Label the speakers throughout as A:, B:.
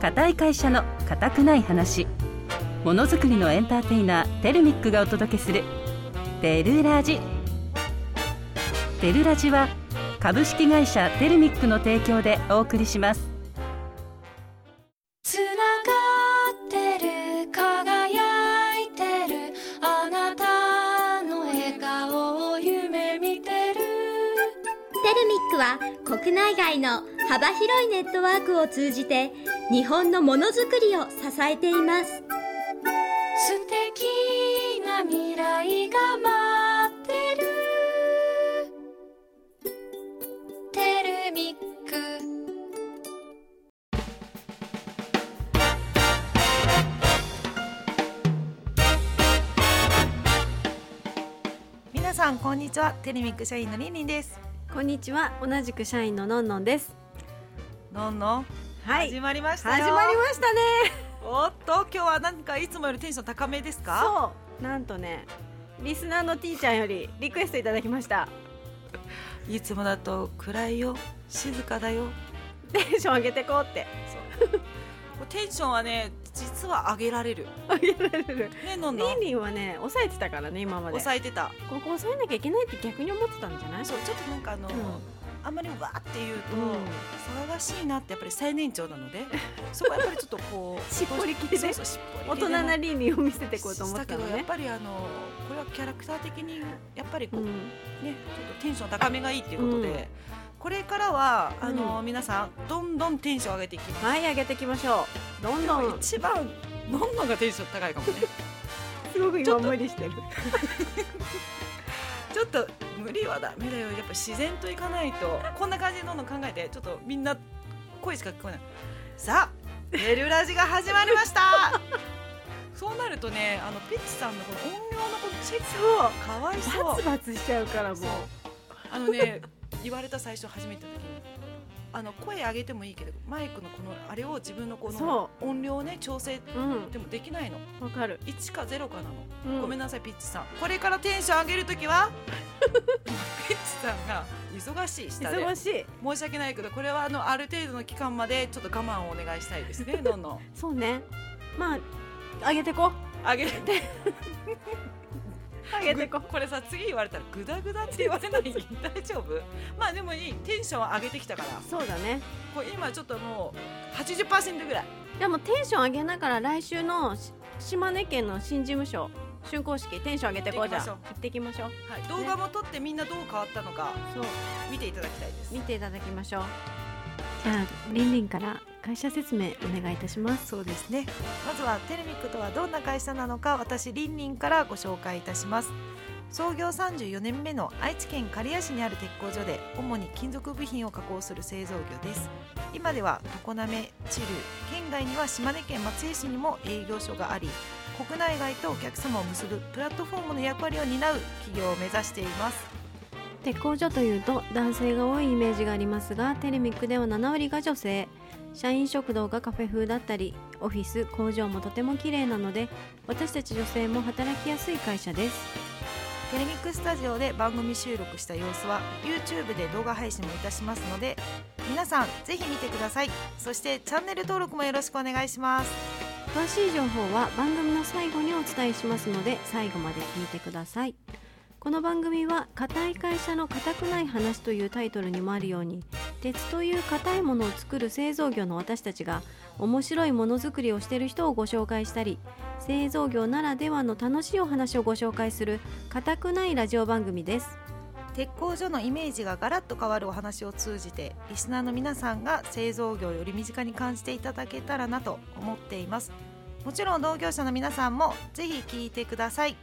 A: 固い会社の固くない話ものづくりのエンターテイナーテルミックがお届けする「テルラジ」テルラジは株式会社テルミックの提供でお送りします
B: つながってる輝いてるあなたの笑顔を夢見てる
C: テルミックは国内外の幅広いネットワークを通じて日本のものづくりを支えています
B: 素敵な未来が待ってるテルミック
D: 皆さんこんにちはテレミック社員のりんりんです
E: こんにちは同じく社員ののんのんです
D: のんのん、
E: はい
D: 始まりましたよ
E: 始まりましたね
D: おっと今日はなんかいつもよりテンション高めですか
E: そうなんとねリスナーの T ちゃんよりリクエストいただきました
D: いつもだと暗いよ静かだよ
E: テンション上げてこうって
D: これテンションはね実は上げられる
E: 上げられる
D: ねのんの
E: りんりんはね抑えてたからね今まで
D: 抑えてた
E: ここ抑えなきゃいけないって逆に思ってたんじゃない
D: そうちょっとなんかあの、
E: うん
D: あんまりわーって言うと、
E: うん
D: 騒がしいなってやっぱり最年長なの でそこはやっぱりちょっとこう
E: しっぽり系で
D: そうそうしっぽ
E: 大
D: り系
E: 人
D: で
E: なりんりんを見せてこうと思っ
D: だけ
E: た
D: ど
E: の
D: やっ
E: ね
D: ぱりあのこれはキャラクター的にやっぱりこ
E: う
D: う、
E: ん、
D: ね、ちょっとテンション高めがいいっていうことで、
E: うん
D: これからはあの、皆さんどんどんテンション上げていきます。
E: はい上げていきましょうどんどん
D: 一番のんのんがテンション高いか もね。
E: すごく今無理してる
D: ちょっと無理はダメだよ。やっぱ自然といかないとこんな感じでどんどん考えてちょっとみんな声しか聞こえない。さあメルラジが始まり ました。そうなるとねあのピッチさんのこの音量のこのチェックかわいそう。
E: バツバツしちゃうからもう
D: そうあのね 言われた最初初めての時にあの声上げてもいいけどマイクのこのあれを自分のこの
E: そ
D: 音量をね調整
E: うん
D: でもできないの
E: わかる、
D: 1か0かなの、
E: うん、
D: ごめんなさいピッチさんこれからテンション上げる時は ピッチさんが忙しい下で
E: 忙しい
D: 申し訳ないけどこれはあのある程度の期間までちょっと我慢をお願いしたい ですねどんどん
E: そうねまあ上げてこ
D: 上げて
E: 上げてこ
D: これさ次言われたらグダグダって言われない 大丈夫まあでもいいテンションは上げてきたから
E: そうだね
D: これ今ちょっともう80%ぐらい
E: でもテンション上げながら来週のし島根県の新事務所竣工式テンション上げてこうじゃん行
D: 行
E: ってきましょう
D: はい、動画も撮ってみんなどう変わったのか
E: そう
D: 見ていただきたいです
E: 見ていただきましょうじゃありんりんから会社説明お願いいたします
F: そうですねまずはテルミックとはどんな会社なのか私りんりんからご紹介いたします創業34年目の愛知県刈谷市にある鉄工所で主に金属部品を加工する製造業です今では常滑知流県外には島根県松江市にも営業所があり国内外とお客様を結ぶプラットフォームの役割を担う企業を目指しています
E: 鉄工所というと男性が多いイメージがありますがテレミックでは7割が女性社員食堂がカフェ風だったりオフィス工場もとても綺麗なので私たち女性も働きやすい会社です
F: テレミックスタジオで番組収録した様子は YouTube で動画配信もいたしますので皆さんぜひ見てくださいそしてチャンネル登録もよろしくお願いします
E: 詳しい情報は番組の最後にお伝えしますので最後まで聞いてくださいこの番組は「固い会社の固くない話」というタイトルにもあるように鉄という固いものを作る製造業の私たちが面白いものづくりをしている人をご紹介したり製造業ならではの楽しいお話をご紹介する固くないラジオ番組です
F: 鉄工所のイメージがガラッと変わるお話を通じてリスナーの皆さんが製造業をより身近に感じていただけたらなと思っていますもちろん同業者の皆さんもぜひ聞いてください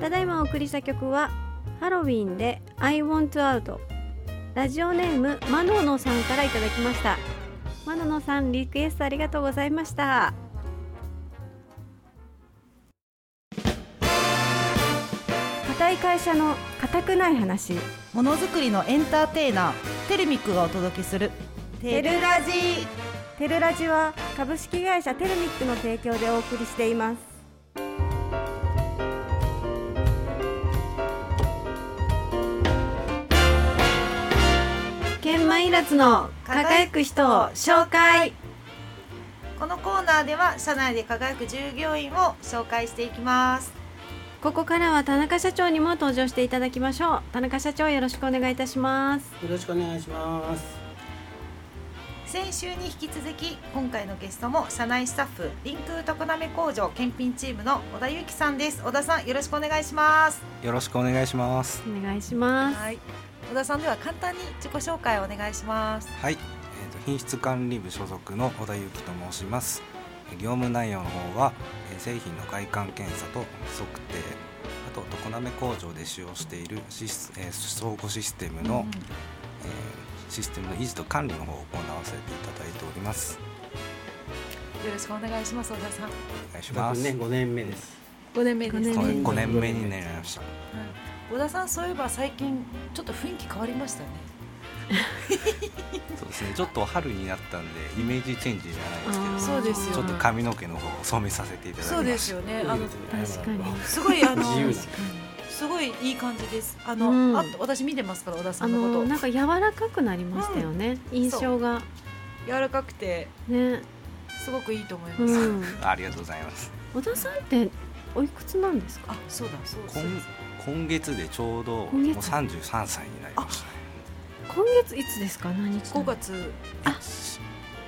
E: ただいまお送りした曲はハロウィンで I want out ラジオネームマノノさんからいただきましたマノノさんリクエストありがとうございました固い会社の固くない話
F: ものづくりのエンターテイナーテルミックがお届けする
E: テルラジテルラジは株式会社テルミックの提供でお送りしていますラツの輝く人を紹介
D: このコーナーでは社内で輝く従業員を紹介していきます
E: ここからは田中社長にも登場していただきましょう田中社長よろしくお願いいたします
G: よろしくお願いします。
D: 先週に引き続き今回のゲストも社内スタッフリンク常滑工場検品チームの小田裕樹さんです小田さんよろしくお願いします
H: よろしくお願いします。
E: お願いします
D: はい小田さんでは簡単に自己紹介をお願いします
H: はい、えーと品質管理部所属の小田裕樹と申します。えー業務内容の方は、えー製品の外観検査と測定、あと常滑工場で使用しているシス、えー倉庫システムの、えーシステムの維持と管理の方を行わせていただいております。
D: よろしくお願いします小田さん
H: お願いし
G: 多
H: ま
G: 分
H: す。
G: ね、五年目です。
D: 5年目
E: 五年
D: です
E: 目
H: 5年目になりました。
D: 小田さんそういえば最近ちょっと雰囲気変わりましたね
H: そうですね。ちょっと春になったんでイメージチェンジじゃないですけ
E: あー
H: ど、
D: そうですよ
H: ちょっと髪の毛の方を染めさせていただきました。
D: そうですよねあの
E: 確かに
D: すごいあの
G: 自由な
D: すごいいい感じですあの、
E: うん
D: あと私見てますから小田さ
E: あ
D: んのこと
E: のなんか柔らかくなりましたよね、印象が
D: 柔らかくて
E: ね
D: すごくいいと思います、
E: うん
H: ありがとうございます。
E: 小田さんっておいくつなんですか
D: あそうだそうだ
H: 今今月でちょうどもう
E: 今月
H: 33歳になりましたね
E: 今月いつですか何日
D: 5月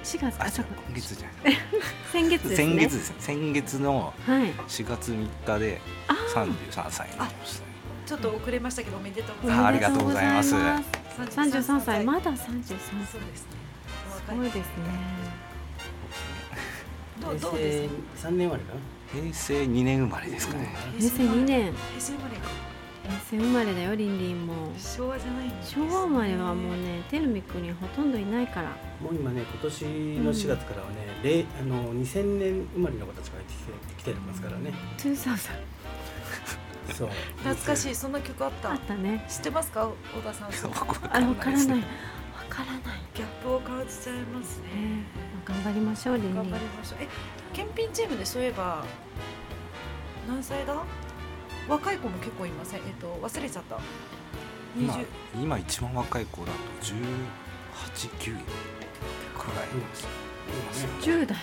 E: 4月
H: あ
E: あ
H: 違
E: そううか
H: 今月じゃない
E: 先月ですね
H: 先月ですね先月の
E: はい
H: 4月3日で
E: あ
H: 33歳になりましたね
D: ちょっと遅れましたけどおめでとうござい
H: あ
D: ま
H: ありがとうございます
E: おめでとうござい
D: す
E: 三十三歳まだ三十
D: そう
E: 三
D: です
E: 歳。
D: ね
E: すごいですね。
D: どうどうですか
G: 三年割かな。
H: 平成2年生まれですかね
E: 平成二年、
D: 平成生まれか
E: 平成生まれだよリンリンも。
D: 昭和じゃないんです
E: 昭
D: ね
E: 和生まれはもうねテルミックにはほとんどいないから。
G: もう今ね、今年の4月からはね、れいあの2000年生まれの子たちが入ってきて来てますからね。
E: トゥーサウザ
G: そう。
D: 懐かしいそんな曲あっ
E: あ
D: た
E: ったね。
D: 知ってますか小田さんその
H: 僕わ
E: あ
H: か
E: わ
H: ん
E: か
H: ない
E: らない。
H: です
E: わ
H: ね
E: からない。
D: ギャップを感じちゃいます
E: え
D: ね
E: ー頑張りましょうリン
D: 頑
E: リン
D: 張。りましょうえ検品チームでそういえば何歳だ若い子も結構いませんえっと忘れちゃった20
H: 今今一番若い子だと189くらいです
E: 十代。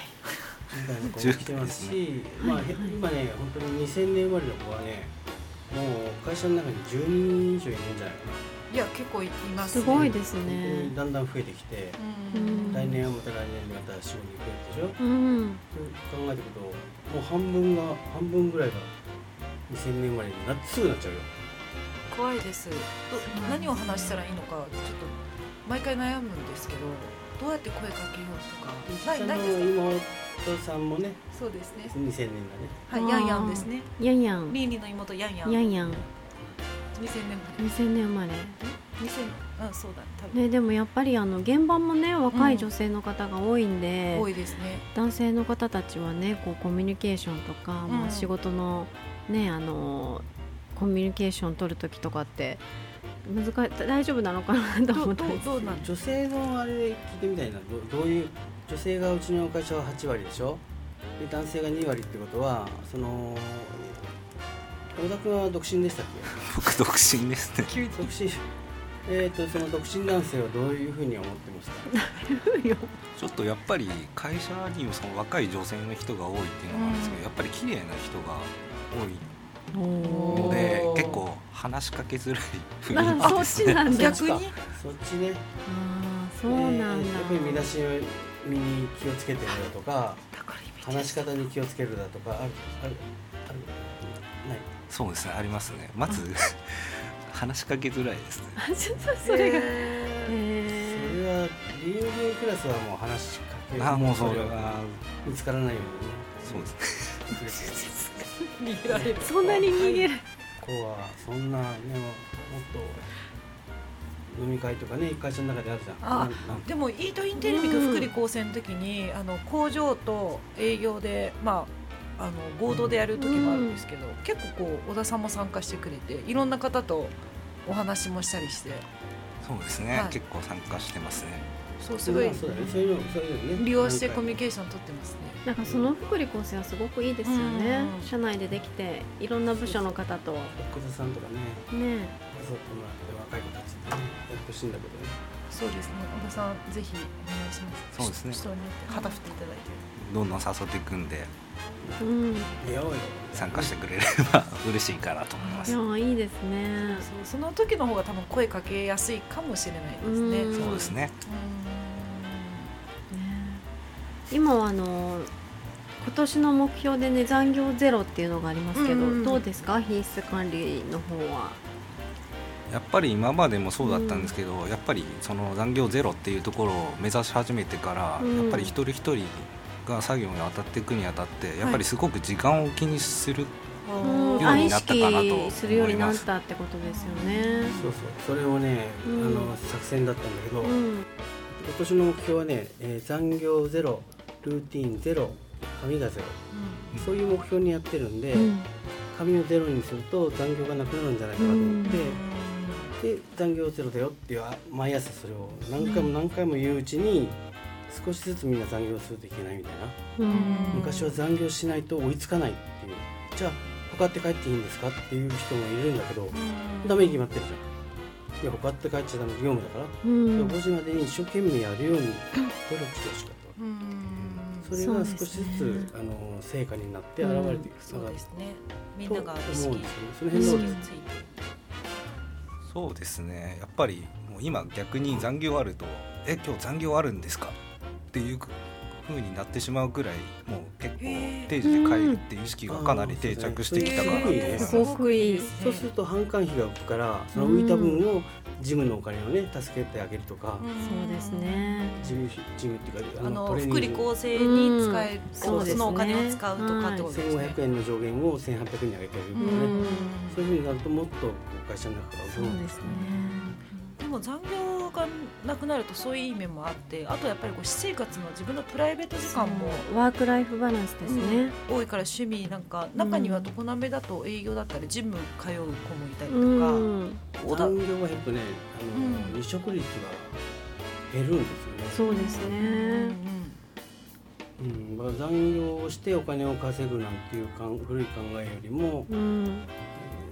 G: 10代の子も来てますし、まあ、
E: はい
G: へ今ね、本当に2000年生まれの子はね、もう会社の中に10人以上いるんじゃないかな。
D: いや結構いますね
E: すごいです
G: 本当
E: ね
G: に。だんだん増えてきて、
D: う
E: うん
D: ん
G: 来年はまた来年でまた仕事に増えるでしょ。
E: うん。
G: そう考えていくと、もう半分が半分ぐらいが2000年生まれになってすぐなっちゃうよ。
D: 怖いですど
E: うなんですね
D: 何を話したらいいのかちょっと毎回悩むんですけどどうやって声かけようとかない
G: 石
D: な
G: 田
D: い
G: の
D: ですか
G: 妹さんもね、
D: そうですね
G: 2000年だね。
D: はい
E: あー
D: ヤンヤンですね
E: ヤンヤン。
D: リンリンの妹ヤンヤン
E: ヤンヤン。
D: 2000年まで
E: 二千年生まれ。
D: 2000うんそうだ多分
E: ねでもやっぱりあの現場もね若い女性の方が多いんで。
D: 多いですね
E: 男性の方たちはねこうコミュニケーションとか、ま
D: う
E: あ、
D: ん
E: 仕事のねあのコミュニケーション取る時とかって難しい大丈夫なのかなと
D: ど
E: 思
D: う
E: った
D: ど
E: ん
D: う
E: です
D: どうなん
G: 女性のあれで聞いてみたいなどどういう女性がうちの会社は8割でしょで男性が2割ってことはその小田君は独身でしたっ
H: 僕独身ですね
G: け独身えっとその独身男性はどういうふうに思ってますか
E: よ。
H: ちょっとやっぱり会社にもその若い女性の人が多いっていうのがあるんですけど、やっぱり綺麗な人が多いので
D: おー
H: 結構話しかけづらい雰囲
E: あそっ
H: 気です
E: ち
H: ね。
E: なんだ。あ
D: 逆に
G: そっちね
E: あーそうなん
G: え
E: だ。
G: ーやっぱり身だし身に気をつけてるだとか話し方に気をつけるだとかあるあるあるない
H: そうですねありますね まず話しかけづらいですね
E: ちょっとそれが。え
D: えー
G: そ
E: ー
G: れはリングクラスはもう話しかけ
H: ああもうそれは
G: 見つからないよ
H: そうですね
G: うにね
D: 逃
G: す
D: げられる
E: そんなに逃げる。
G: 子はそんなねもっと飲み会とかね会社の中であるじゃん
D: あ
G: なんなん
D: でもイートインテレビと福利厚生の時に、あの工場と営業で、まあ、あの合同でやる時もあるんですけど、結構こう小田さんも参加してくれていろんな方とお話もしたりして
H: そうですね、
D: はい
H: 結構参加してますね
D: そうすごい
G: まあそうだねそういうのそういうのね
D: 利用してコミュニ
G: ー
D: ケーション取ってますね
E: なんかその福利厚生はすごくいいですよね
D: うん。
E: 社内でできて、いろんな部署の方と。ね
G: 奥田さんとかね
E: え。
G: 誘ってもらって若い子たちってねやってほしいんだけどね
D: そうですね小田さんぜひお願いします
H: そうですね
D: 人によって旗振っていただいて
H: どんどん誘っていくんで
E: うん。い
G: 出会おうよ
H: 参加してくれれば 嬉しいかなと思います。
E: や、いいですね。
D: そうその時の方が多分声かけやすいかもしれないですね
E: うん
H: そうですね。
E: ね今はあの。今年の目標でね、残業ゼロっていうのがありますけ
D: うんう
E: ど、
D: ん
E: どうですか、品質管理の方は。
H: やっぱり今までもそうだったんですけど、やっぱりその残業ゼロっていうところを目指し始めてから、
E: うん
H: やっぱり一人一人が作業に当たっていくにあたってやっぱりすごく時間を気にする、
D: うん
H: ん
E: あ
H: よう
E: 意
H: になったかなと思います
E: 識するようになったってことですよね。
G: そうそうそれをね、
E: うん
G: あの作戦だったんだけど、
E: うん。
G: 今年の目標はね、えー残業ゼロルーティンゼロ髪がゼロそういう目標にやってるんで、
E: うん。
G: 紙をゼロにすると残業がなくなるんじゃないかなと思って、で残業ゼロだよっていうあ毎朝それを何回も何回も言ううちに少しずつみんな残業するといけないみたいな、
E: うん。
G: 昔は残業しないと追いつかないっていうじゃあ他って帰っていいんですかっていう人もいるんだけど、ダメに決まってるじゃんいや他って帰っちゃダメ業務だから、
E: うん
G: 5時までに一生懸命やるように努力してほしかったそれが少しず
E: そうで
G: つ、
E: すね
G: あの成果になって現れていく
D: そ
G: の
D: う
G: が、
D: ですねみん
G: と
D: な
G: 思
D: が
G: うん
D: 意
G: ですよ
D: 識
G: ねそ
D: 意
G: の辺どう
D: 識
G: ですか
D: ついて
H: そうですねやっぱりもう今逆に残業あると「え今日残業あるんですか?」っていう風になってしまうくらいもう結構
D: へー
H: 定時で帰るっていう意識がかなり定着してきたかなと思い
G: へー
H: ますす。
E: ごくいい。
G: そうすると販管費が浮くからその浮いた分を事務のお金をね助けてあげるとか、
E: そうですね。
G: 事務費事務っていうか
D: あ
G: ト
D: の
G: レーニン
D: 福利
G: グ
D: 厚生に使える
E: ん
D: そのお金を使うとかってことですね
G: 1500円の上限を1800
E: う
G: 円に上げてあげるとかね、
E: ん。
G: そういうふうになるともっと会社の中から
E: そうですね。
D: でも残業がなくなるとそういういい面もあってあとやっぱりこう私生活の自分のプライベート時間も
E: ワークライフバランスですね。
D: 多いから趣味なんか中には常鍋だと営業だったりジム通う子もいたりと
E: う
D: か、
E: ん。
D: 小田
G: 残業はやっぱねあの、
D: うん
G: 離職率が減るんです
E: そ
G: よね
E: うですね。
G: うんまあ、残業をしてお金を稼ぐなんていうかん古い考えよりも、
E: うん。
G: え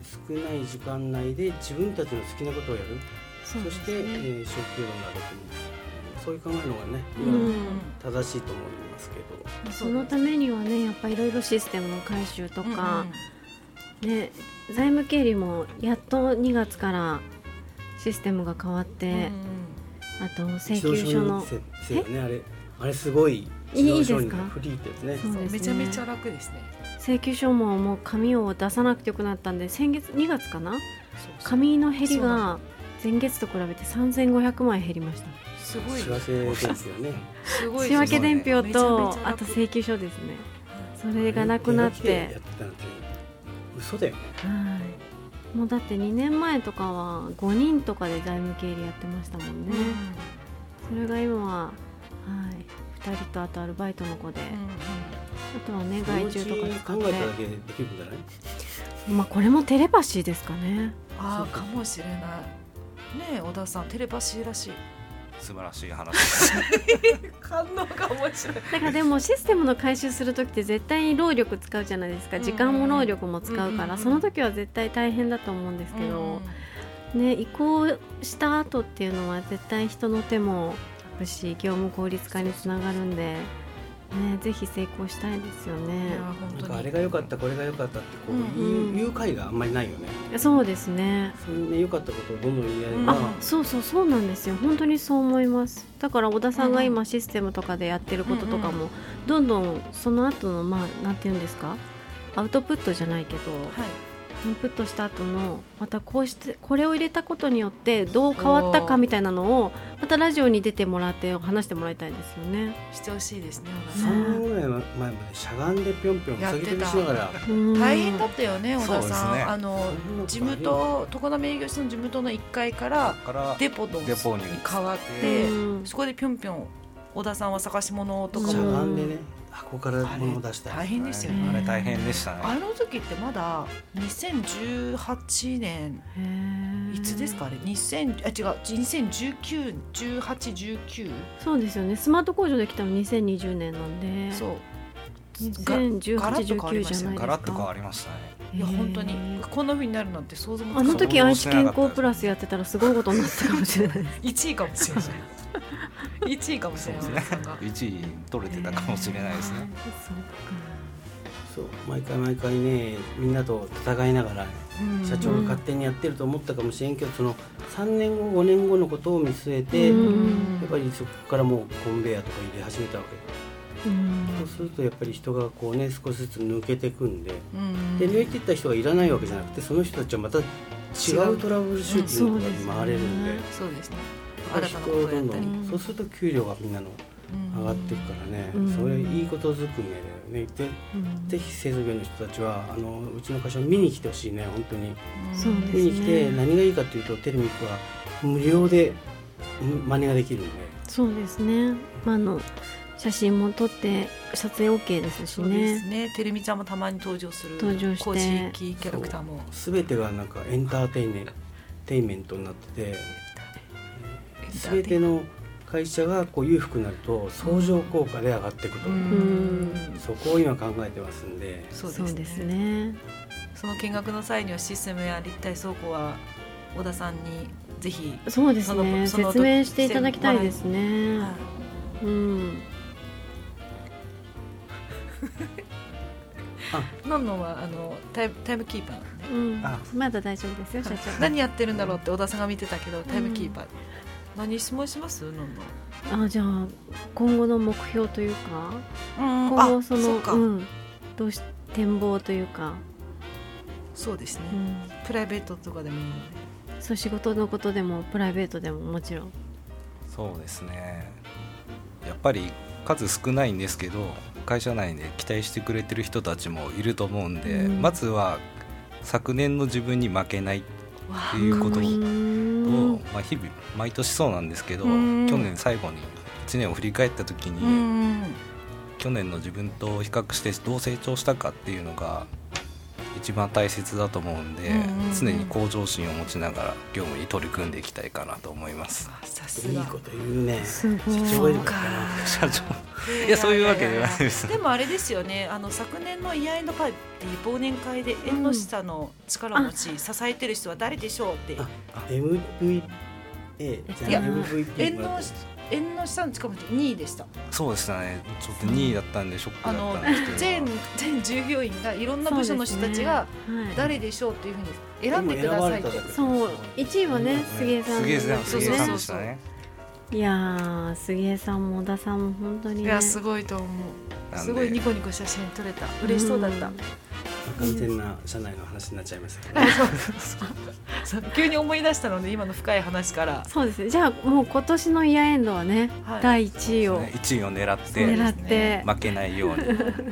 G: ー少ない時間内で自分たちの好きなことをやる
E: そ
G: そ,、
E: うで
G: して、
E: すね。
G: えー、食給度が上げてるそういう考えの方がね
E: う
G: 今
E: ん
G: 正しいと思いますけど、
E: そのためにはね、やっぱいろいろシステムの改修とか、ね、財務経理もやっと2月からシステムが変わって、あと請求書の
G: 自動承認制ねあれあれすごい
E: いい
G: 自動承
E: で
G: 認
E: すか
G: のフリーってやつね
E: そうです
D: め
E: ね
D: ちゃめちゃ楽ですね
E: 請求書ももう紙を出さなくてよくなったんで先月2月かな紙の減り
D: そうな
E: が前月と比べて3500枚減りました
D: すごい
G: 幸せですよね
D: すごい
E: 仕分け伝
D: めちゃ
E: 票
D: め
E: と
D: ちゃ楽
E: あと請求書ですねそれがなくなっ
G: 手書きでや
E: て
G: ってたなんて嘘だよね
E: はいもうだって2年前とかは5人とかで財務経理やってましたもんねそれが今は、はい、2人とあとアルバイトの子であとはね外注とか
G: そ
E: 使
G: の
E: っ
G: うち考えただ
E: て
G: けでできるんじゃない
E: まあこれもテレパシーですかね
D: ああかもしれないねえ小田さんテレパシーらしい
H: 素晴らしい話です。
D: 感動が面白い
E: だからでもシステムの回収する時って絶対に労力使うじゃないですか
D: うん
E: 時間も労力も使う
D: うん
E: か
D: うんう
E: ら
D: ん
E: その時は絶対大変だと思うんですけど、ね、移行した後っていうのは絶対人の手もあるし業務効率化につながるんで、ね、ぜひ成功したいですよ
D: い
E: ね
D: や本
G: なん
D: 当
G: かあれ
D: に
G: が良かったこれが良かったってこう言う,、
E: うん
G: 言う回があんまりないよね
E: そうですね
G: そんな良かったことをどんどん言い合えば、
D: うん
E: あそうそうそうなんですよ本当にそう思いますだから小田さんが
D: うんう
E: 今システムとかでやってることとかもどんどんその後のまあなんて言うんですかアウトプットじゃないけど、
D: はい
E: インプットした後のまたこうしてこれを入れたことによってどう変わったかみたいなのをまたラジオに出てもらって話してもらいたいですよね。
D: してほしいですね小田
G: 3年ぐらい前までしゃがんでぴょんぴょん
D: やっ
G: 下
D: て
G: げ
D: た
G: 飛びしながら
E: うん
D: 大変だったよね小田
H: そうです
D: さん、
H: ね
D: あの事務棟常滑営業所の事務棟の1階から
H: から
D: デポの
H: デポに
D: 変わっ
E: う
D: て
E: ん
D: そこでぴょんぴょん小田さんは探し物と
E: う
D: か
G: しゃ
D: も
G: がんでね箱から物を出したり
I: 大変ですよね
H: あれ大変でした
I: あ
H: ね
I: の時ってまだ2018年いつですかあれ2000あ違う20191819
E: そうですよねスマート工場できたの2020年なんで
I: そうがガラッと変わり
E: 201819じゃない
I: ましたよ
E: です
H: ガ
E: か
H: ラッと変わりましたね
I: いや
E: へー
I: 本当にこんな風になるなんて想像も
E: あの時
H: 想像
E: 愛
H: し
E: 知
H: てな
E: 健
H: かった
E: 康プラスやってたらすごいことになってたかもしれないです
I: 1位かもし れない1位かもしれない
H: そうです1位取れてたかもしれないですね、
G: そう毎回毎回ねみんなと戦いながら社長が勝手にやってると思ったかもしれんけどその3年後5年後のことを見据えて、
E: うん
G: やっぱりそこからもうコンベヤーとか入れ始めたわけそうするとやっぱり人がこうね少しずつ抜けていくんでで抜いていった人がいらないわけじゃなくてその人たちはまた違うトラブルシューティングとかに回れるんで,、
I: そうですね
G: ある
I: 新たなことをやったり
G: どんどんそうすると給料がみんなの上がっていくからね、
E: うん
G: それいいことづくめだよねでぜひ製造業の人たちはあのうちの会社を見に来てほしいね本当に、
E: そうですね
G: 見に来て何がいいかというとテルミックは無料でうん真似ができるんで
E: そうですね、まあ、あの写真も撮って撮影 OK ですし
I: そうです
E: ね
I: ねてるみちゃんもたまに登場する
E: 登場して
I: 個人キャラクターも
G: 全てがなんかエンターテインメンテインメントになってて全ての会社がこう裕福になると相乗効果で上がっていくと、
E: う
I: うん
E: ん
G: そこを今考えてますんで
I: そう
E: そうで
I: ですすね
E: ね
I: その見学の際にはシステムや立体倉庫は小田さんにぜひ、
E: そうですね
I: その
E: 説明していただきたいですね、うん、
I: のんのんはあのタイタイムキーパーなんで
E: うん
H: あ、
E: まだ大丈夫ですよ社
I: 何やってるんだろうって小田さんが見てたけどタイムキーパー、何質問しますのんのん
E: 長あじゃあ今後の目標というか今
I: 今
E: 後その
I: うか、
E: うん、どうし展望というか、
I: そうですね、
E: うん、
I: プライベートとかでもいいので
E: そう仕事のことでもプライベートでももちろん
H: そうですねやっぱり数少ないんですけど会社内で期待してくれてる人たちもいると思うんで、
E: うん
H: まずは昨年の自分に負けないっていうことを、
E: うん
H: まあ、日々毎年そうなんですけど、
I: うん
H: 去年最後に1年を振り返った時に、
I: うん
H: 去年の自分と比較してどう成長したかっていうのが一番大切だと思うんで、
I: うんうんうん
H: 常に向上心を持ちながら業務に取り組んでいきたいかなと思い ます。
I: あさ
G: い
I: す
G: い
I: が
G: こと言うね
E: すごい
G: 社長がいるからな
H: 社長 いやそういうわけではないです
I: でもあれですよねあの昨年のイヤエンドパーティー忘年会で縁の下の力持ち、支えてる人は誰でしょうって
G: あ MVP じゃあ
E: いや
G: MVP
I: 縁
G: もら
I: の
G: って
I: 縁の下の力持ち2位でした
H: そうでしたねちょっと2位だったんでショックだ
I: あ
H: っ
I: の
H: たんですけど
I: 全全従業員がいろんな部署の人たちが
E: はい
I: 誰でしょうっていうふうに選んでくださいっ
G: で
I: て
G: も選ばれただけ
E: そう1位はね杉江さん
H: 杉江さん
I: そう
H: 杉
I: そ
H: 江さ
I: うそう
H: んでしたね
E: いやー杉江さんも小田さんも本当に、ね、
I: いやすごいと思う
H: なん
I: す
H: で
I: ごいニコニコ写真撮れた嬉しそうだった、
E: うん
G: 完全な社内の話になっちゃいましたけど、
I: あそうそう そう急に思い出したので今の深い話から
E: そうですねじゃあもう今年のイヤーエンドはね、
I: はい
E: 第1位を
H: ね1位を狙って
E: 狙っ
I: そうです
E: て
I: ね、
H: 負けないように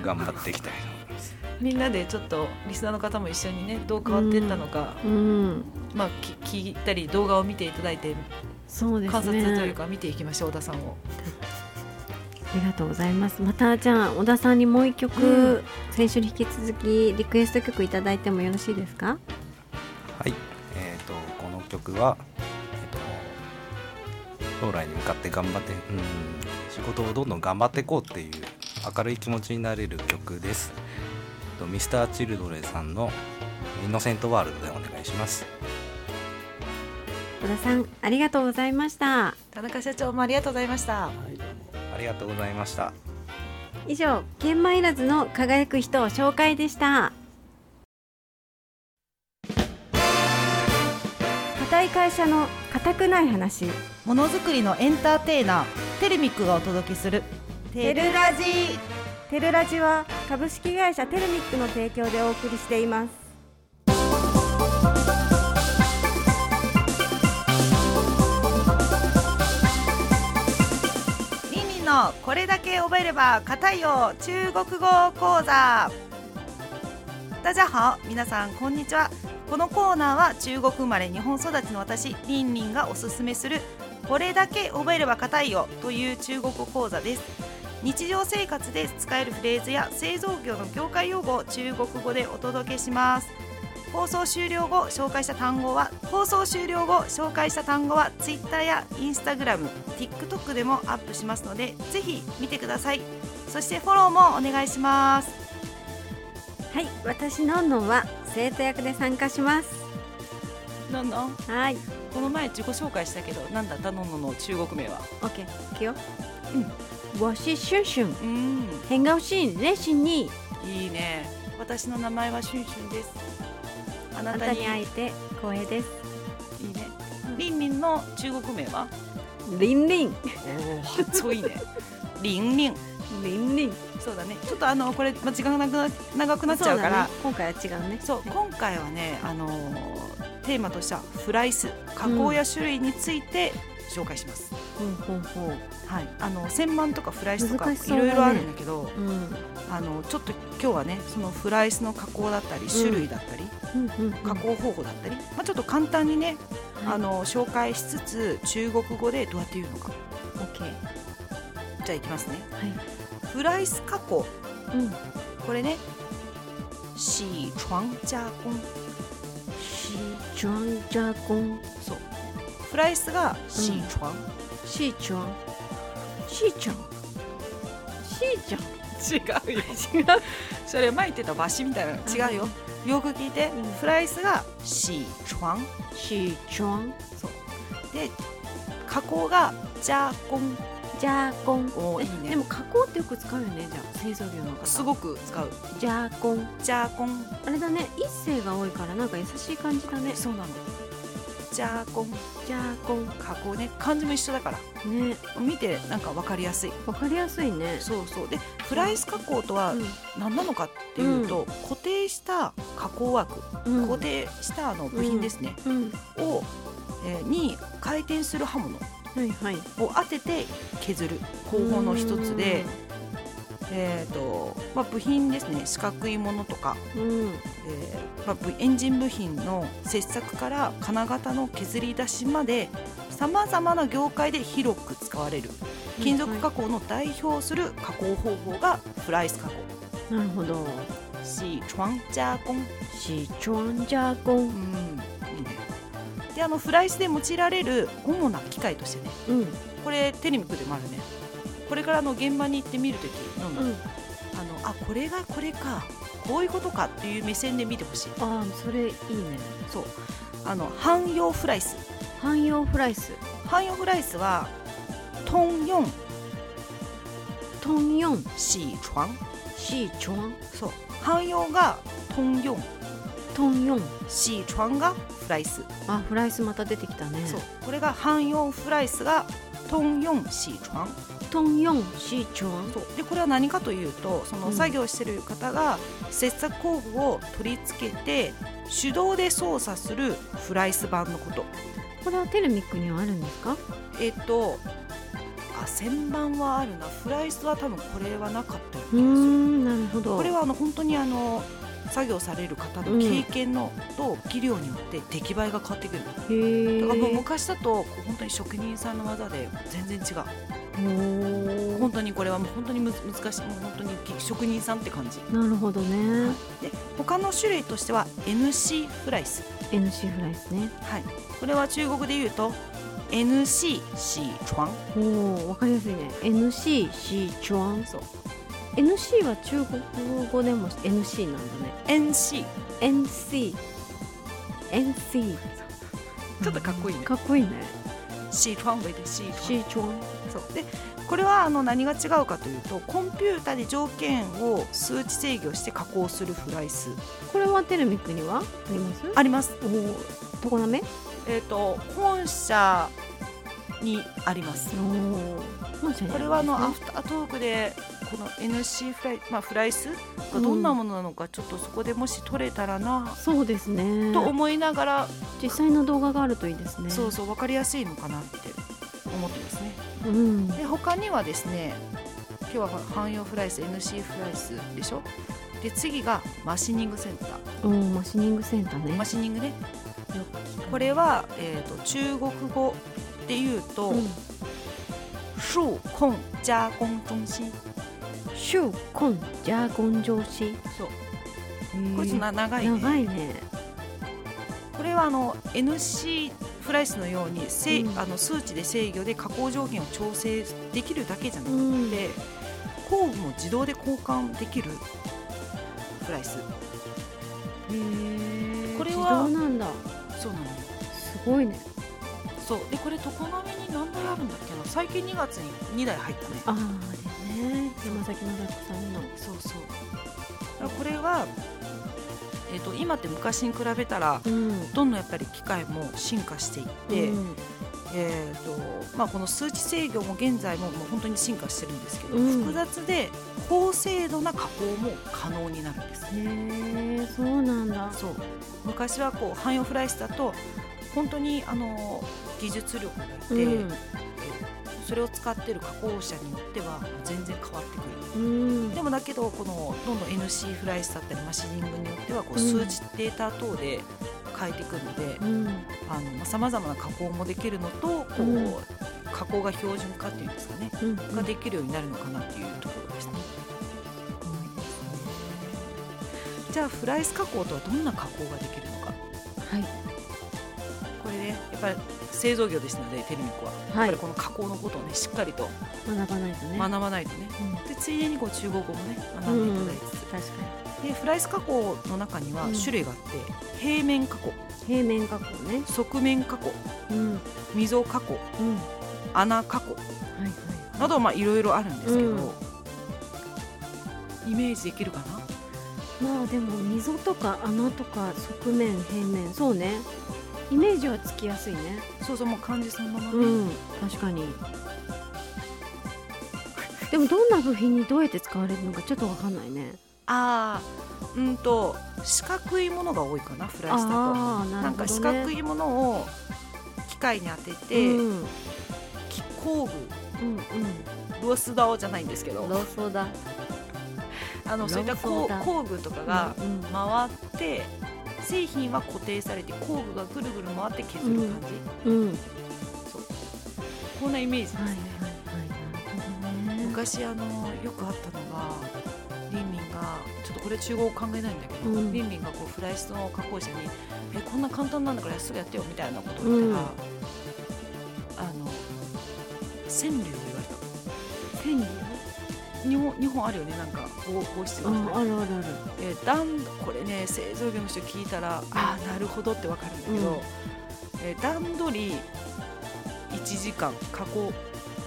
H: 頑張っていきたいと思います
I: みんなでちょっとリスナーの方も一緒にねどう変わっていったのか、
E: うん
I: まあ、き聞いたり動画を見ていただいて
E: そうですね
I: 観察というか見ていきましょう小田さんを
E: ありがとうございますまたじゃあ小田さんにもう一曲、
I: う
E: 先週に引き続きリクエスト曲いただいてもよろしいですか
H: はいえっ、とこの曲はえっ、と将来に向かって頑張ってうん仕事をどんどん頑張っていこうっていう明るい気持ちになれる曲ですえっと Mr.Children さんの「イノセントワールド」でお願いします
E: 小田さんありがとうございました
I: 田中社長もありがとうございました
G: はいどうも
H: ありがとうございました
E: 以上研磨いらずの輝く人を紹介でした固い会社の固くない話
D: ものづくりのエンターテイナーテルミックがお届けする
J: テルラジテルラジは株式会社テルミックの提供でお送りしています
D: リンリンのこれだけ覚えれば硬いよ中国語講座大家好皆さんこんにちはこのコーナーは中国生まれ日本育ちの私リンリンがおすすめするこれだけ覚えれば硬いよという中国語講座です
I: 日常生活で使えるフレーズや製造業の業界用語を中国語でお届けします放送終了後紹介した単語は放送終了後紹介した単語は Twitter や Instagram、TikTok でもアップしますのでぜひ見てくださいそしてフォローもお願いします
E: はい私のんのんは生徒役で参加します
D: のんのん
E: はい
D: この前自己紹介したけどなんだったのんのんの中国名は
E: OK いくようんわしシュンシュン
D: うん
E: 変顔シーンレシンに
D: いいね私の名前はシュンシュンですあ
E: あ
D: な
E: な
D: た
E: た
D: に
E: に
D: い
E: 会えて光栄です
D: いねリンリンの中国名 は
E: リンリン
D: おお発音いいねリンリン
E: リンリン
D: そうだねちょっとあのこれまあ時間がなくな長くなっちゃうから
E: そだね今回は違うね
D: そう,、
E: はい
D: 今回はねあのーテーマとしてはフライス加工や種類について紹介します、
E: ほうほうほ
D: はいあの千万とかフライスとか
E: 難
D: い
E: しそうだ
D: ろ
E: ね
D: いろあるんだけど
E: ううん
D: あのちょっと今日はねそのフライスの加工だったり種類だったり、
E: うんうんうん
D: 加工方法だったり、まあ、ちょっと簡単にね、
E: はい
D: あの紹介しつつ中国語でどうやって言うのか
E: OK は
D: じゃあいきますね
E: い
D: フライス加工
E: うん
D: これね洗床加工
E: シチュアンジャコン
D: そうフライスが洗床、
E: シーチョンシーチョンシーチョン
D: 違うよ違う それ前言ってたわしみたいなの違うよよく聞いて、フライスが洗床
E: シーチョン
D: で加工が加工
E: ジャーコン
D: おー
E: え
D: いいね
E: でも加工ってよく使うよねじゃあ製造業の方
D: すごく使う
E: ジャーコン
D: 加工
E: あれだね一声が多いからなんか優しい感じだね
D: そうなの加工
E: ジャーコ
D: 加工ね漢字も一緒だから
E: ンね
D: 見てなんか分かりやすい
E: わかりやすいね
D: そうそうでフライス加工とは何なのかっていうと、固定した加工枠、
E: うんうん
D: 固定したあの部品ですね、
E: うん
D: を、えーに回転する刃物を
E: はいはい
D: 当てて削る方法の一つで、えーとまあ、部品ですね四角いものとか、
E: うん
D: えーまあ、ぶエンジン部品の切削から金型の削り出しまでさまざまな業界で広く使われる金属加工の代表する加工方法がフライス加工。
E: なるほど
D: 洗床加工
E: シーチョンジャーコン
D: うんいいねであのフライスで用いられる主な機械としてね
E: うん
D: これテレミックでもあるねこれからあの現場に行ってみるときの
E: うん
D: あのあこれがこれかこういうことかっていう目線で見てほしい
E: ああそれいいね
D: そうあの汎用フライス
E: 汎用フライス
D: 汎用フライスはトンヨン
E: トンヨン
D: シーチュアン
E: シーチョン
D: そう汎用がトンヨン
E: トンヨン
D: シーチュアンがフライス
E: あフライスまた出てきたね
D: そうこれが汎用フライスがトンヨンシーチュアン
E: トンヨンシーチョン
D: そうでこれは何かというとその
E: うん
D: 作業してる方が切削工具を取り付けて手動で操作するフライス版のこと
E: これはテルミックにはあるんですか
D: えっとあ旋盤はあるなフライスは多分これはなかったよう
E: うー
D: な気がする
E: んなるほど
D: これはあの本当にあの作業される方の経験の、と技量によって出来栄えが変わってくるだ
E: へえ
D: からもう昔だとこう本当に職人さんの技で全然違う本当にこれはもう本当にむず難しいもう本当にぎ職人さんって感じ
E: なるほどね
D: で他の種類としては NC フライス、
E: NC フライスね
D: はい、これは中国で言うと NC シーチュアン
E: おおわかりやすいね NC シーチョン
D: そう
E: NC は中国語でも NC なんだね
D: NC
E: NC NC
D: ちょっとかっこいいね
E: かっこいいね
D: シーチュアンウェイでシーチ
E: シ
D: ュ
E: ーチョン
D: アンそうでこれはあの何が違うかというとコンピュータで条件を数値制御して加工するフライス
E: これはテルミックにはあります
D: あります
E: おおとこなめ
D: えっ、と本社にあります
E: おお
D: これはあのアフタートークでこの NC フライ、まあ、フライスがどんなものなのかちょっとそこでもし取れたらな
E: そうですね
D: と思いながら
E: 実際の動画があるといいですね
D: そうそう分かりやすいのかなって思ってますね
E: うん
D: で他にはですね今日は汎用フライス NC フライスでしょで次がマシニングセンター
E: おーマシニングセンターね
D: マシニングねこれは、えー、と中国語で言うと、
E: うん
D: 数控加工中心。
E: シューコンジャーゴン上司
D: そう。
E: へー
D: こいつな長いね。
E: 長いね
D: これはあの NC フライスのように、せい
E: うん
D: あの数値で制御で加工条件を調整できるだけじゃなくて、
E: うん
D: 工具も自動で交換できるフライス。これは
E: 自動なんだ
D: そうなのよ。
E: すごいね
D: そうでこれ常滑に何台あるんだっけな最近2月に2台入ったね
E: ああでね山崎まささんの
D: そうそうだからこれは、えー、と今って昔に比べたら
E: うん
D: どんどんやっぱり機械も進化していって、
E: うん
D: えーとまあ、この数値制御も現在ももう本当に進化してるんですけど、
E: うん
D: 複雑で高精度な加工も可能になるんです
E: へえそうなんだ
D: そう昔はこう汎用フライスだと本当にあの技術力がいて、
E: うん
D: それを使ってる加工者によっては全然変わってくる
E: うん
D: でもだけどこのどんどん NC フライスだったりマシニングによってはこう
E: うん
D: 数値データ等で変えていくので
E: うん
D: さまざ、まな加工もできるのとこう、
E: うん
D: 加工が標準化っていうんですかね、
E: うん
D: ができるようになるのかなっていうところですね。じゃあフライス加工とはどんな加工ができるのか
E: はい
D: これねやっぱり製造業ですのでテルミコは、
E: は
D: やっぱ
E: い
D: りこの加工のことをねしっかりと
E: 学ばないとね
D: 学ばないとね、でついでにこう中国語もね学んでいただいて、
E: 確か
D: でフライス加工の中には
E: うん
D: 種類があって、平面加工
E: に平面加工ね
D: 側面加工
E: うんうん
D: 溝加工穴加工
E: はいはい
D: などまあいろいろあるんですけど、
E: うん
D: イメージできるかな
E: まあでも溝とか穴とか側面平面そうねイメージはつきやすいね
D: そうそうもう漢字そのままね、
E: うん確かにでもどんな部品にどうやって使われるのかちょっとわかんないね
D: ああうんと四角いものが多いかなフライスだと
E: ああー
D: な
E: なる
D: ん
E: ほど、
D: か
E: ね、
D: 四角いものを機械に当てて、
E: うんうん
D: き工具
E: うん
D: ロスダオじゃないんですけど
E: ローソーだ
D: あのそういった
E: ロ
D: 工
E: スダオ
D: 工具とかが
E: うん
D: 回って製品は固定されて工具がぐるぐる回って削る感じ、
E: うんはい
D: こんなイメージですね、
E: はいはいなるほどね
D: 昔あのよくあったのがリンリンがちょっとこれ中国語考えないんだけど、
E: うん
D: リンリンがこうフライスの加工者に「えこんな簡単なんだからすぐやってよ」みたいなことを言ったら、あの川柳を言われた
E: ペンギン
D: 日本日本あるよねなんか五五七五
E: ああるあるある
D: えー、だんこれね製造業の人聞いたら、ああなるほどってわかるんだけど、
E: うん
D: えー段取り1時間加工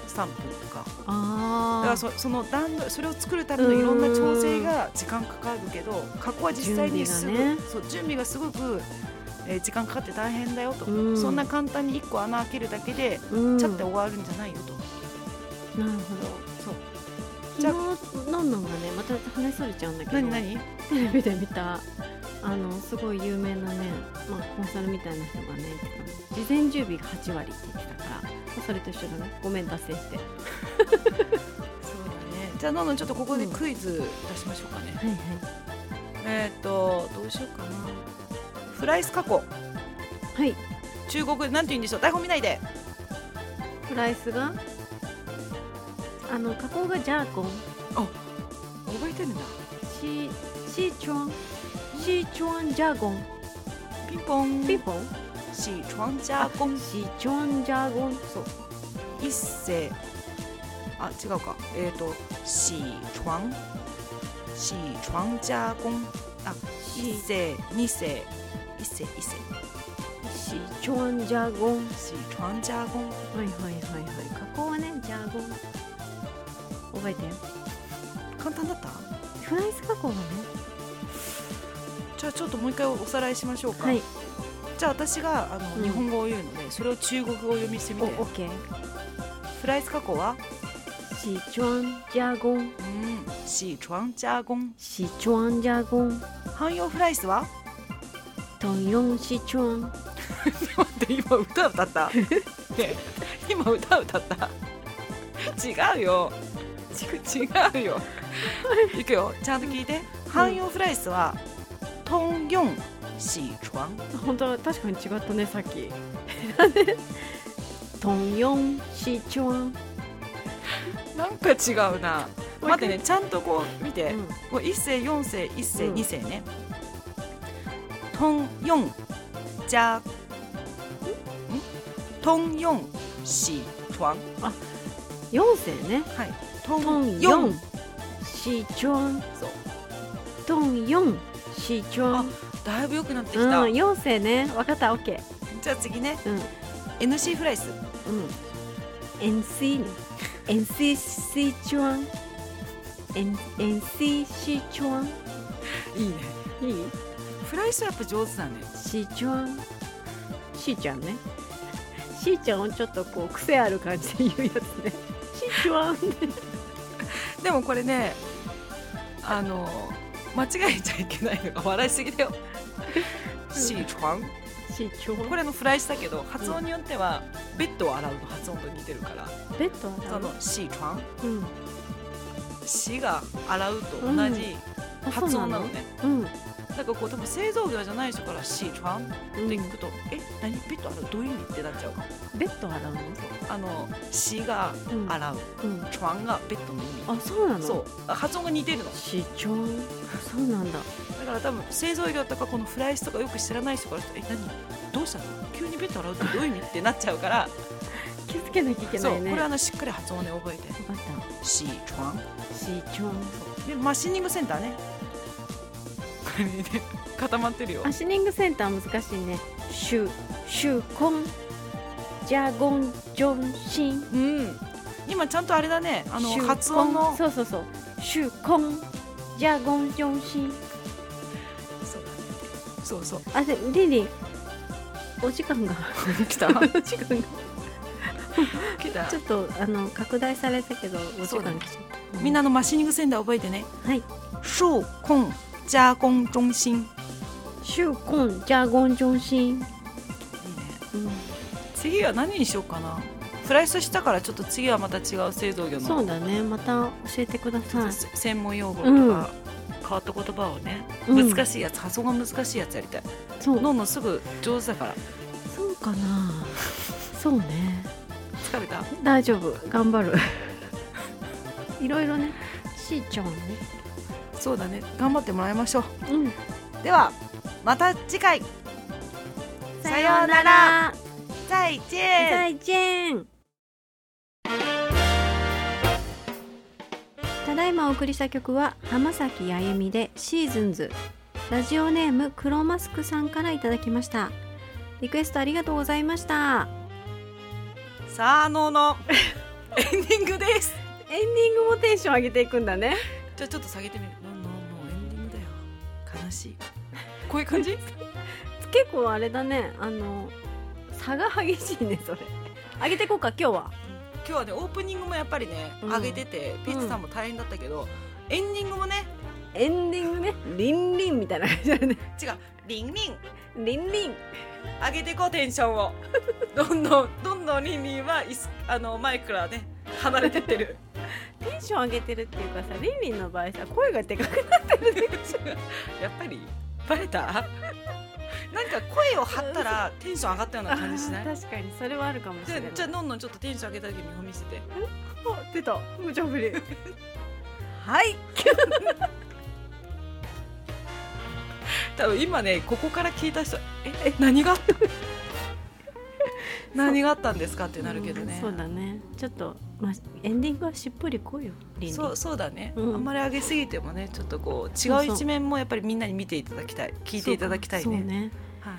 D: 3分とかだ
E: あ
D: から
E: あ
D: そその段取りそれを作るためのいろんな調整が時間かかるけど加工は実際にすぐ
E: 準備がね
D: そう準備がすごく、えー時間かかって大変だよと、
E: うん
D: そんな簡単に1個穴開けるだけで
E: うん
D: ちゃって終わるんじゃないよと、
E: なるほど
D: そうじゃあ
E: 昨日なんなんがねまた話それちゃうんだけど
D: 何何
E: テレビで見たあのすごい有名なね、まあ、コンサルみたいな人がね言ってたの事前準備が8割って言ってたから、まあそれと一緒だねごめん達成しては
D: そうだねじゃあのんのんちょっとここでクイズ出しましょうかね、
E: いはい
D: えっ、とどうしようかなフライス加工
E: はい
D: 中国語でなんて言うんでしょう台本見ないで
E: プライスがあの加工がジャーコン
D: 覚えてるんだ
E: シーシーチュアンシーチュアンジャーゴン
D: ピンポン
E: ピンポン
D: シーチュアンジャーコン
E: シーチュアンジャーゴンそう
D: 一世あ違うかえっ、とシーチュアンシーチュアンジャーコンあ一世二世一世一世
E: シーチュアンジャーゴン
D: シーチュアンジャーコン
E: はいはいはいはい加工はねジャーゴン覚えて
D: 簡単だった
E: フライス加工はね
D: じゃあちょっともう一回おさらいしましょうか、
E: はい
D: じゃあ私があの、
E: うん
D: 日本語を言うのでそれを中国語を読みしてみ
E: おオ
D: て
E: ッケー
D: フライス加工は
E: 喜川加工，
D: うんシーチュアンジャーコン
E: 喜川加工，
D: 汎用フライスは
E: 同用喜川。
D: 待って今歌歌ったね え今歌歌った違うよち違うよいくよちゃんと聞いて、汎用フライスは通用四川
E: 本当だ確かに違 ったねさっき。なんで？同用喜川。
I: なんか違うな待ってねちゃんとこう見て、
E: うん
I: こう一世四世一世
E: うん
I: 二世ね、トンヨンジャんトンヨンシトワン
E: 四世ね。
I: はい。
E: トンヨンシチョン。
I: そう
E: トンヨンシチョン。
I: だいぶ良くなってきた、
E: うん、四世ね。わかった。オッケ
I: じゃあ次ね、
E: うん
I: NC フライス
E: ー。うん。N C ね。N C シチョン。N N C シチョン。
I: いいね
E: いい？
I: フライスはやっぱ上手だね
E: シチョン。シーちゃんね。シーちゃんをちょっとこう癖ある感じで言うやつね。シーチョン。
I: でもこれねあの間違えちゃいけないの が笑いす ぎだよシーチョン
E: シーチョン。
I: これあのフライスだけど発音によってはベッドを洗うの発音と似てるから
E: ベッドは
I: そのシーチョン
E: うん。
I: 死が洗うと同じ
E: あ
I: 発音なのね、。
E: そううん。
I: だからこう多分製造業じゃない人から「シーチョン」
E: う
I: っ
E: ん
I: て聞くと「え何ペット洗うどういう意味?」ってなっちゃうかも
E: ベッド洗うの？
I: あの死が
E: うん
I: 洗う、
E: うん。
I: チョンがベッドの意味
E: あ、そうなの。
I: そう発音が似てるの
E: 市長。そうなんだ。
I: だから多分製造業とかこのフライスとかよく知らない人からするとえ何どうしたの急にベッド洗うってどういう意味?」ってなっちゃ うから、
E: 気をつけなきゃいけ
I: そ
E: な
I: う
E: いね。
I: これあ
E: わか
I: のしっかり発音で覚えて
E: っ
I: 「シーチョン」
E: た。市長。
I: でマシニングセンターねこれね固まってるよ
E: アシニングセンター難しいね。シュシュコンジャゴンジョンシン。
I: うん今ちゃんとあれだねあの
E: シュコン
I: 発音の
E: そうそうそう。シュコンジャゴンジョンシン。
I: そうだねそうそう
E: あ、でリリー。お時 間が来た。お時間が
I: 来た
E: ちょっとあの拡大されたけどお時間来ちゃった。
I: みんなのマシニングセンター覚えてね
E: はい。
I: ショーコン加工中心いいね
E: シュコンジャゴンジョンシン。うん
I: 次は何にしようかなフライスしたからちょっと次はまた違う製造業の
E: そうだね。また教えてください。
I: せ専門用語と
E: うん
I: か変わった言葉をね、
E: うん
I: 難しいやつ発想が難しいやつやりたい
E: そう
I: どんどんすぐ上手だから
E: そうか な。そうね。
I: 疲れた
E: 大丈夫。頑 張る。いろいろね。しーちゃんね。
I: そうだね頑張ってもらいましょう
E: うん。
D: ではまた次回
K: さようなら。
D: 再见
E: 再见。ただいまお送りした曲は浜崎あゆみでシーズンズ。ラジオネーム黒マスクさんからいただきました。リクエストありがとうございました。
I: さあののエンディングです
E: エンディングもテンション上げていくんだね。
I: じゃあちょっと下げてみるののもうエンディングだよ悲しいこうい う感じ
E: 結構あれだねあの差が激しいねそれ上げてこうか今日は
I: 今日はねオープニングもやっぱりね、
E: うん
I: 上げててピッツさんも大変だったけど、エンディングもね
E: エンディングねリンリンみたいな感じだね
I: 違うリンリン
E: リンリン
I: 上げてこうテンションを どんどんどんどんリンリンはいすあのマイクからね離れてってる
E: テンション上げてるっていうかさリンリンの場合さ声がでかくな
I: やっぱりバレた なんか声を張ったらテンション上がったような感じしない
E: 確かにそれはあるかもし
I: じゃ
E: れ
I: あ
E: ない
I: じゃあのんのんちょっとテンション上げた時に見せて
E: あ出た無茶ぶり
I: はい。 多分今ねここから聞いた人ええ何があった 何があったんですかってなるけどね、
E: うんそうだねちょっと、まあ、エンディングはしっぽりこうよリンリン
I: そうそうだね、
E: うん
I: あんまり上げすぎてもねちょっとこう違
E: そう
I: う
E: そう
I: 一面もやっぱりみんなに見ていただきたい聞いていただきたい
E: そう
I: ね
E: かそうね
I: はい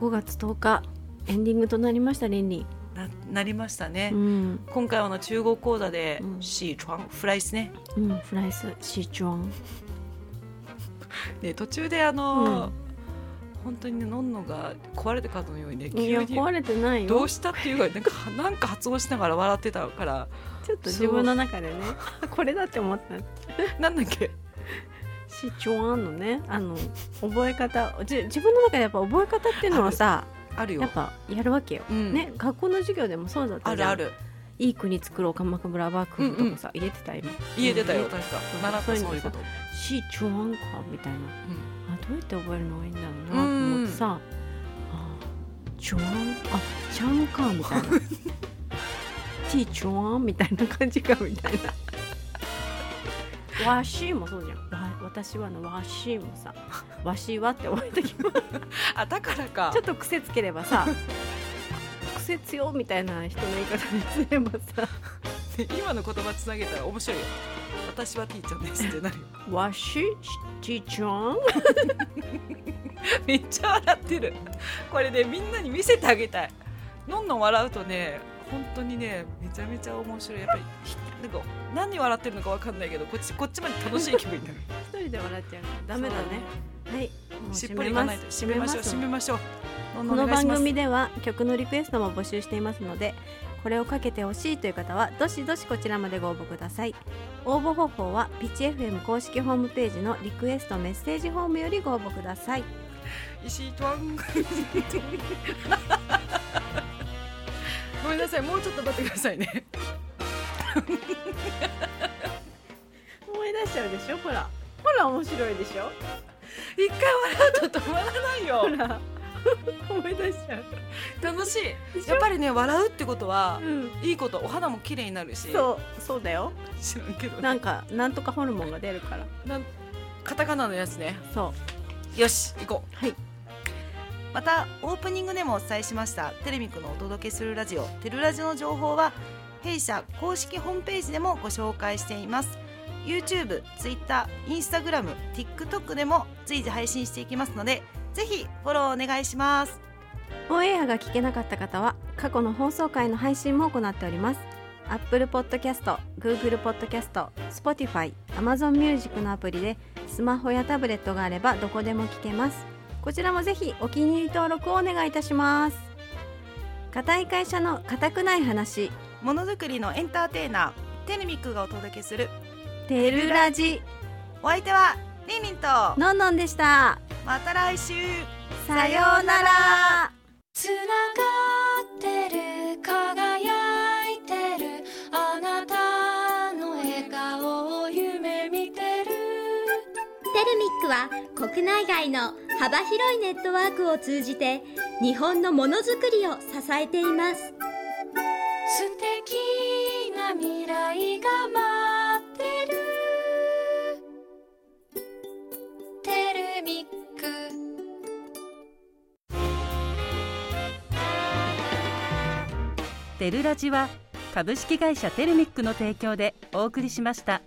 E: 5月10日エンディングとなりましたリンリン
I: ななりましたね、
E: うん
I: 今回はあの中国講座で
E: うん
I: シーチュンフライスね
E: うんフライスシーチョン
I: ね途中であのー本当にねのんのが壊れたかのようにね
E: い
I: 急
E: や
I: に
E: 壊れてないよ
I: どうしたっていうかなんかなんか発音しながら笑ってたから
E: ちょっと自分の中でねこれだって思った
I: なんだっけ
E: しちょあんのねあの覚え方じ自分の中でやっぱ覚え方っていうのはさ
I: あるよ
E: やっぱやるわけよ、
I: うん
E: ね学校の授業でもそうだった
I: あ
E: じ
I: る
E: ゃん
I: ある
E: いい国作ろう鎌倉幕府とかさ、入れてた今
I: 家出たよ
E: うん
I: 確か習ったそういうこと
E: しちょあんかみたいな、あどうやって覚えるのがいいんだろうなと思ってさ、あちょあんあ ちゃんかみたいなティーちょあんみたいな感じかみたいなわしもそうじゃんわ私はのわしもさわしはって覚えてきます
I: あだからか
E: ちょっと癖つければさ癖強みたいな人の言い方にすればさ
I: 今の言葉つなげたら面白いよ私は T ちゃんですってなるよ
E: わしちちゃん
I: めっちゃ笑ってるこれねみんなに見せてあげたいのんのん笑うとね本当にねめちゃめちゃ面白いやっぱりひなんか何笑ってるのかわかんないけどこっちこっちまで楽しい気分になる
E: 一人で笑っちゃうから ダメだねはいもう
I: しっ
E: 締
I: ぽり
E: め
I: いか
E: ま
I: ないと
E: す
I: 締めましょう締めましょうのん
E: こ
I: のん
E: の
I: お願いし
E: 番
I: ます
E: 組では曲のリクエストも募集していますのでこれをかけてほしいという方はどしどしこちらまでご応募ください応募方法はピッチ FM 公式ホームページのリクエストメッセージフォームよりご応募ください
I: 石井とあんごめんなさいもうちょっと待ってくださいね
E: 思い出しちゃうでしょほらほら面白いでしょ
I: 一回笑うと止まらないよ
E: ほら思い出しちゃう
I: 楽しいやっぱりね笑うってことは
E: うん
I: いいことお肌も綺麗になるし
E: そうそうだよ
I: 知らんけど
E: なんかなんとかホルモンが出るから
I: カタカナのやつね
E: そう
I: よし行こ
D: またオープニングでもお伝えしましたテレミクのお届けするラジオテルラジの情報は弊社公式ホームページでもご紹介しています YouTube、Twitter、Instagram、TikTok でも随時配信していきますのでぜひフォローお願いします
E: オンエアが聞けなかった方は過去の放送回の配信も行っております Apple Podcast、Google Podcast、Spotify、Amazon Music のアプリでスマホやタブレットがあればどこでも聞けますこちらもぜひお気に入り登録をお願いいたします固い会社の固くない話
D: ものづくりのエンターテイナーテレミクがお届けする
E: テルラジ
D: お相手はリンリンと
E: のんのんでした
D: また来週
E: さようなら
B: つながってる輝いてるあなたの笑顔を夢見てる
C: テルミックは国内外の幅広いネットワークを通じて日本のものづくりを支えています
B: 素敵な未来が待ってるテルミック
A: テルラジは株式会社テルミックの提供でお送りしました。